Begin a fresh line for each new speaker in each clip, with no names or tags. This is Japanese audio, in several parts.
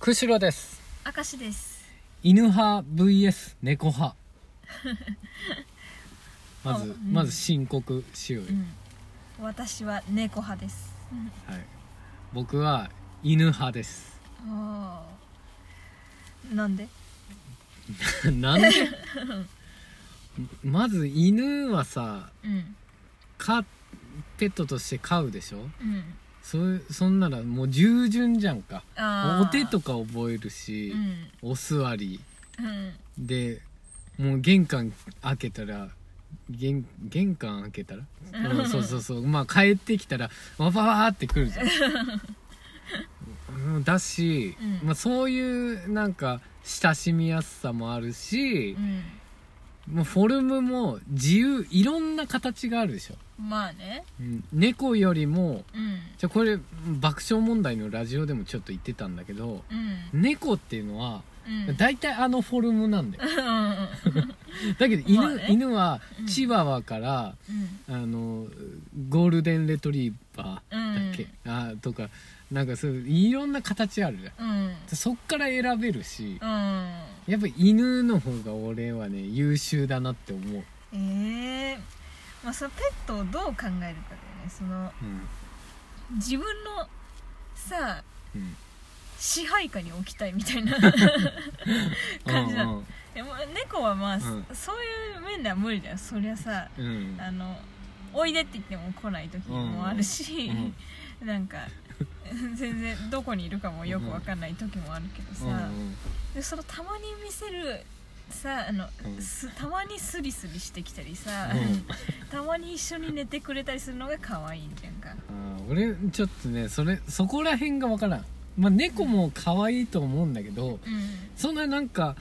釧路です
明石です
犬派 VS 猫 派まず、
あうん
まず申告しようよ、
うん私は猫派です
はい、僕は犬派です
あーなんで
なん でまず犬はさ
うん
飼ペットとして飼うでしょ
うん
そうそんならもう従順じゃんかも
あ
うお
ー
手とか覚えるし
う、ん
お座り
うん
でもう玄関開けたら玄玄関開けたら、うん、そうそうそうまあ帰ってきたらわわわーってくるじゃんうんだし、
うん
まあ、そういうなんか親しみやすさもあるし
う、ん
もうフォルムも自由いろんな形があるでしょ、
まあね
うん猫よりも
うん
じゃあこれ爆笑問題のラジオでもちょっと言ってたんだけど
うん
猫っていうのは
うん
大体あのフォルムなんだよ
うん
だけど犬,、
まあね
犬は
うん
チワワから、
うん
あのゴールデンレトリーバ
う
ーだっ
ん
け、あとかなんかそういういろんな形あるじゃん
うん
そっから選べるし
うん
やっぱ犬の方が俺はね優秀だなって思う、
ええまあそのペットをどう考えるかだよねその
うん
自分のさ
うん
支配下に置きたいみた いな
うん
感じだでも猫はまあ、
ん
そういう面では無理だよそりゃさ
うんうん
あのおいでって言っても来ない時もあるし、 なんか全然どこにいるかもよくわかんない時もあるけどさ、でそのたまに見せるさあの、
うん
すたまにスリスリしてきたりさ、
うんうん
たまに一緒に寝てくれたりするのが可愛いんじゃんか
あー俺ちょっとねそれそこら辺が分からん、まあ、猫も可愛いと思うんだけど、
うん
そんななんか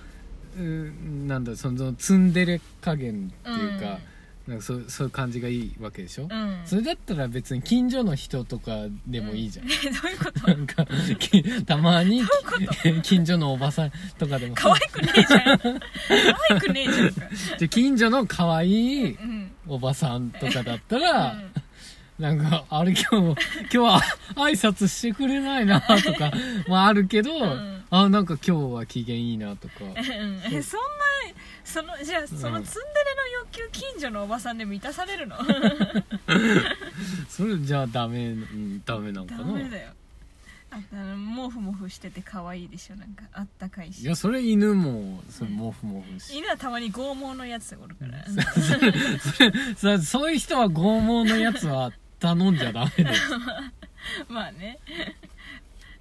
うーなんだそのツンデレ加減っていうか,、なんかそうそういう感じがいいわけでしょ、
うん
それだったら別に近所の人とかでもいいじゃん、
え どういうこと
なんかきたまに近所のおばさんとかでも
可愛くねえじゃん可愛くねえじゃんか
で近所の可愛い
うん
おばさんとかだった
う
ら、
ん
なんかあれ今日も今日は挨拶してくれないなとかもあるけど、
ん
あなんか今日は機嫌いいなとか
うんえそんなそのじゃあそのツンデレの欲求近所のおばさんで満たされるの
それじゃあダメうんダメなんか
ダ
な
メだよああのモフモフしてて可愛いでしょなんかあったかい
い
し
やそれ犬もそれモフモフし
犬はたまに剛毛のやつおるから
そそういう人は剛毛のやつは頼んじゃダメです
まあね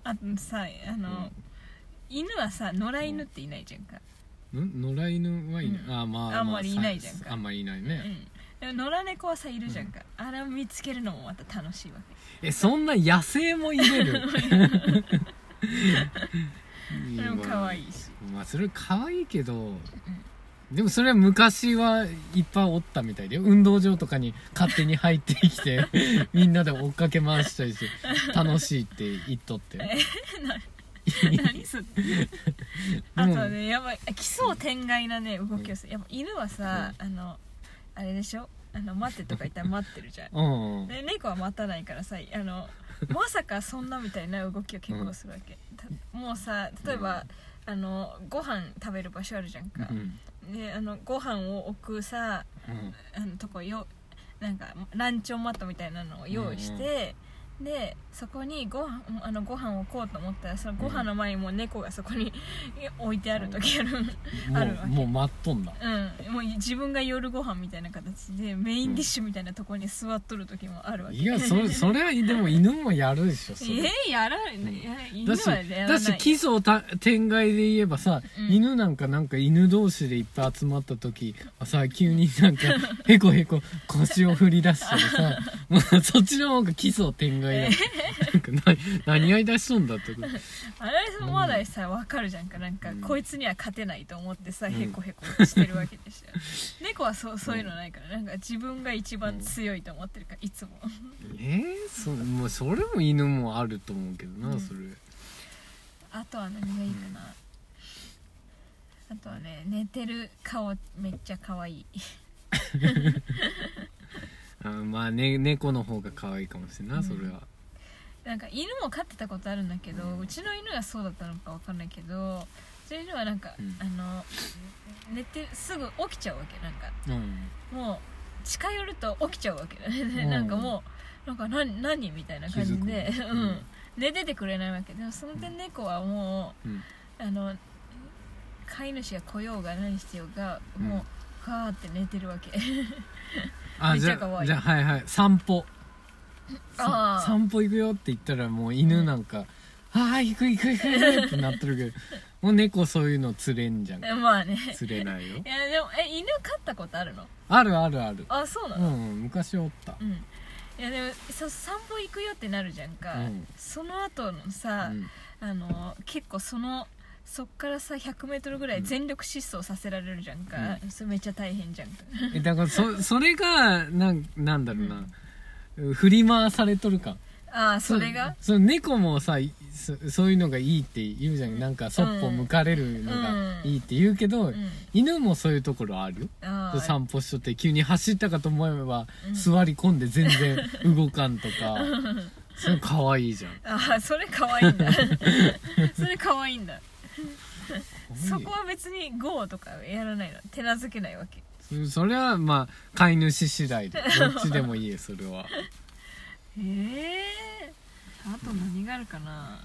あとさあの、犬はさ野良犬っていないじゃんか、
ん野良犬はいない、
うん
あまあ
あんまりいないじゃんか
あんまりいないうね、
んでも野良猫はさいるじゃんか、あれを見つけるのもまた楽しいわ
えそんな野生も入れる
けでも可愛いし
まあそれ可愛いけど、でもそれは昔はいっぱいおったみたいで運動場とかに勝手に入ってき てみんなで追っかけ回したりして楽しいって言っとってよ
何それあとはねやばい奇想天外なね動きをするやっぱ犬はさ、あのあれでしょあの待ってとか言ったら待ってるじ ゃん
うん
で猫は待たないからさあのまさかそんなみたいな動きを結構するわけ、たもうさ例えば、あのご飯食べる場所あるじゃんか
う、ん
であのご飯を置くさ
うん
あのとこよなんかランチョンマットみたいなのを用意して、でそこにご飯あのご飯を置こうと思ったらそのご飯の前にもう猫がそこに 置いてある時あるある
も
わ
う
け
もう待っとんだ
うんもう自分が夜ご飯みたいな形でメインディッシュみたいなとこに座っとる時もあるわけ、
いやそれそれはでも犬もやるでしょそれ
えー、やら ないね犬
だし
はやらな
だ
い
し基礎た天外で言えばさ、
うん
犬なんかなんか犬同士でいっぱい集まった時さ急になん かへこへこ腰を振り出したりさもうそっちの方が基礎天外だ、なんかな何がい出しとんだってこと
あれそまださ分かるじゃんかなんか、
うん
こいつには勝てないと思ってさ、
うん
へこへこしてるわけでしょ猫はそうそういうのないからなんか自分が一番強いと思ってるからいつも
えー、そもうそれも犬もあると思うけどな、
うん
それ
あとは何がいいかな、あとはね寝てる顔めっちゃ可愛い
あまあ、ね、猫の方が可愛いかもしれんない、
うん
それは
なんか犬も飼ってたことあるんだけど、うちの犬がそうだったのかわかんないけどうちの犬はなんか、
うん
あの寝てすぐ起きちゃうわけなんか
うん
もう近寄ると起きちゃうわけだね、
うん
なんかもうなんか何何みたいな感じで
気づ、く
う
の
ん、寝ててくれないわけでもその点猫はも
うん
うあの飼い主が来ようが何してようが、
うん
もうふわーって寝てるわけ め
あ
っ
じ
ち
ゃ
ゃ可
あ
愛い
じゃあはいはい散歩
あ
さ
ー
散歩行くよって言ったらもう犬なんか「ああ行く行く行く」ってなってる けどもう猫そういうの釣れんじゃん
えまあね
釣れないよ
いやでもえ犬飼ったことあるの
あるあるある
あそうな
う
の
んうん昔おった
うん、いやでもさ散歩行くよってなるじゃんか、
うん
その後の
う
さ、
ん
あの結構そのそっからさ 100m ぐらい全力疾走させられるじゃんか、それめっちゃ大変じゃんか
えだからそそれがなんなんだろうな
うん、
振り回されとる感
ああそれが
その猫もさいそそういうのがいいって言うじゃん、
うん
なんかそっぽ向かれるのがいいって言うけど、
うん
犬もそういうところあるよ
ああ
散歩しとって急に走ったかと思えば、
うん
座り込んで全然動かんと かそれ可愛いじゃん
ああそれ可愛いん だそれ可愛いんだそこは別に GO とかやらないの手なずけないわけ
そそれはまあ飼い主次第でどっちでもいいよそれは
へえあと何があるかな、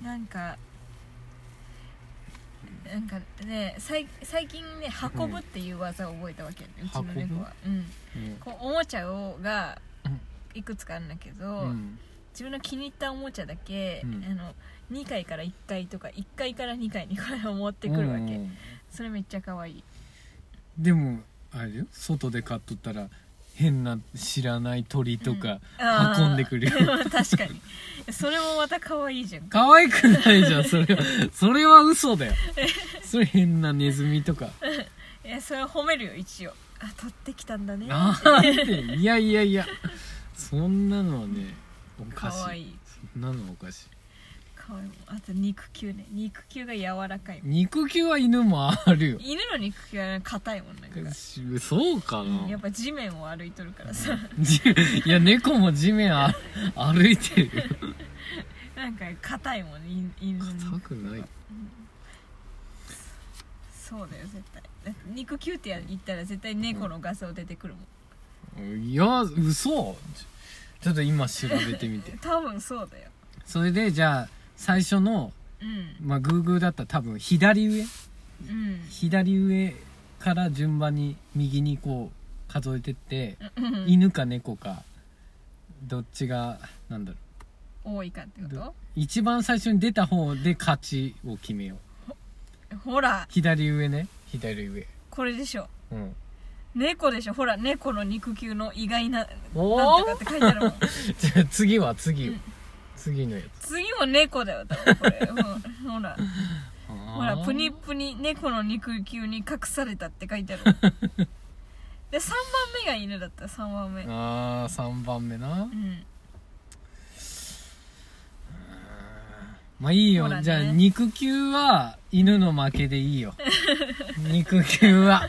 んなんかなんかねさい最近ね運ぶっていう技を覚えたわけ、うちの猫は、うん、
うん
こうおもちゃをが
うん
いくつかあるんだけど、
うん
自分の気に入ったおもちゃだけ、
うん
あの2階から1階とか1階から2階にこれを持ってくるわけ、
うん
それめっちゃ可愛い
でもあれよ外で飼っとったら変な知らない鳥とか運んでくるよ、
あー 確かにそれもまた可愛いじゃん
可愛くないじゃんそれは それは嘘だよそれ変なネズミと か
えそれ褒めるよ一応あ取ってきたんだね
なんていやいやいやそんなのはねおかしい
可愛い
そんなのはおかしい
可愛いあと肉球ね肉球が柔らかいもん
肉球は犬もあるよ
犬の肉球は硬いもんなんか、
そうか
うん
な
やっぱ地面を歩いとるからさ
じ いや猫も地面あ歩いてるよ
なんか硬いもんね犬の肉
硬くない
そうだよ絶対だって肉球って言ったら絶対猫の画像出てくるもん、
いや嘘ちょっと今調べてみて
多分そうだよ
それでじゃあ最初の、
うん
まあ、グーグーだったら多分左上
うん
左上から順番に右にこう数えてって、
うん
犬か猫かどっちがなんだろ
多いかってこ
ど
と
う一番最初に出た方で勝ちを決めよう
ほら
左上ね左上
これでしょ
うん
猫でしょほら猫の肉球の意外な
お
なん
ー
とかって書いてあるもん
じゃあ 次は次よ、
うん
次のやつ
次も猫だよ多分これ、うんほ らほ
ほ
らプニプニ猫の肉球に隠されたって書いてあるで3番目が犬だった3番目
あー3番目な
うん
まあいいよ、
ほらね
じゃあ肉球は犬の負けでいい よ肉球は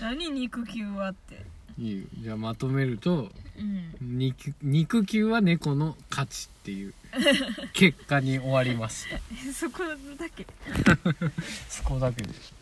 何肉球はって
いいよじゃあまとめると
うん
肉肉球は猫の勝ちっていう結果に終わりました
えそこだけ
そこだけです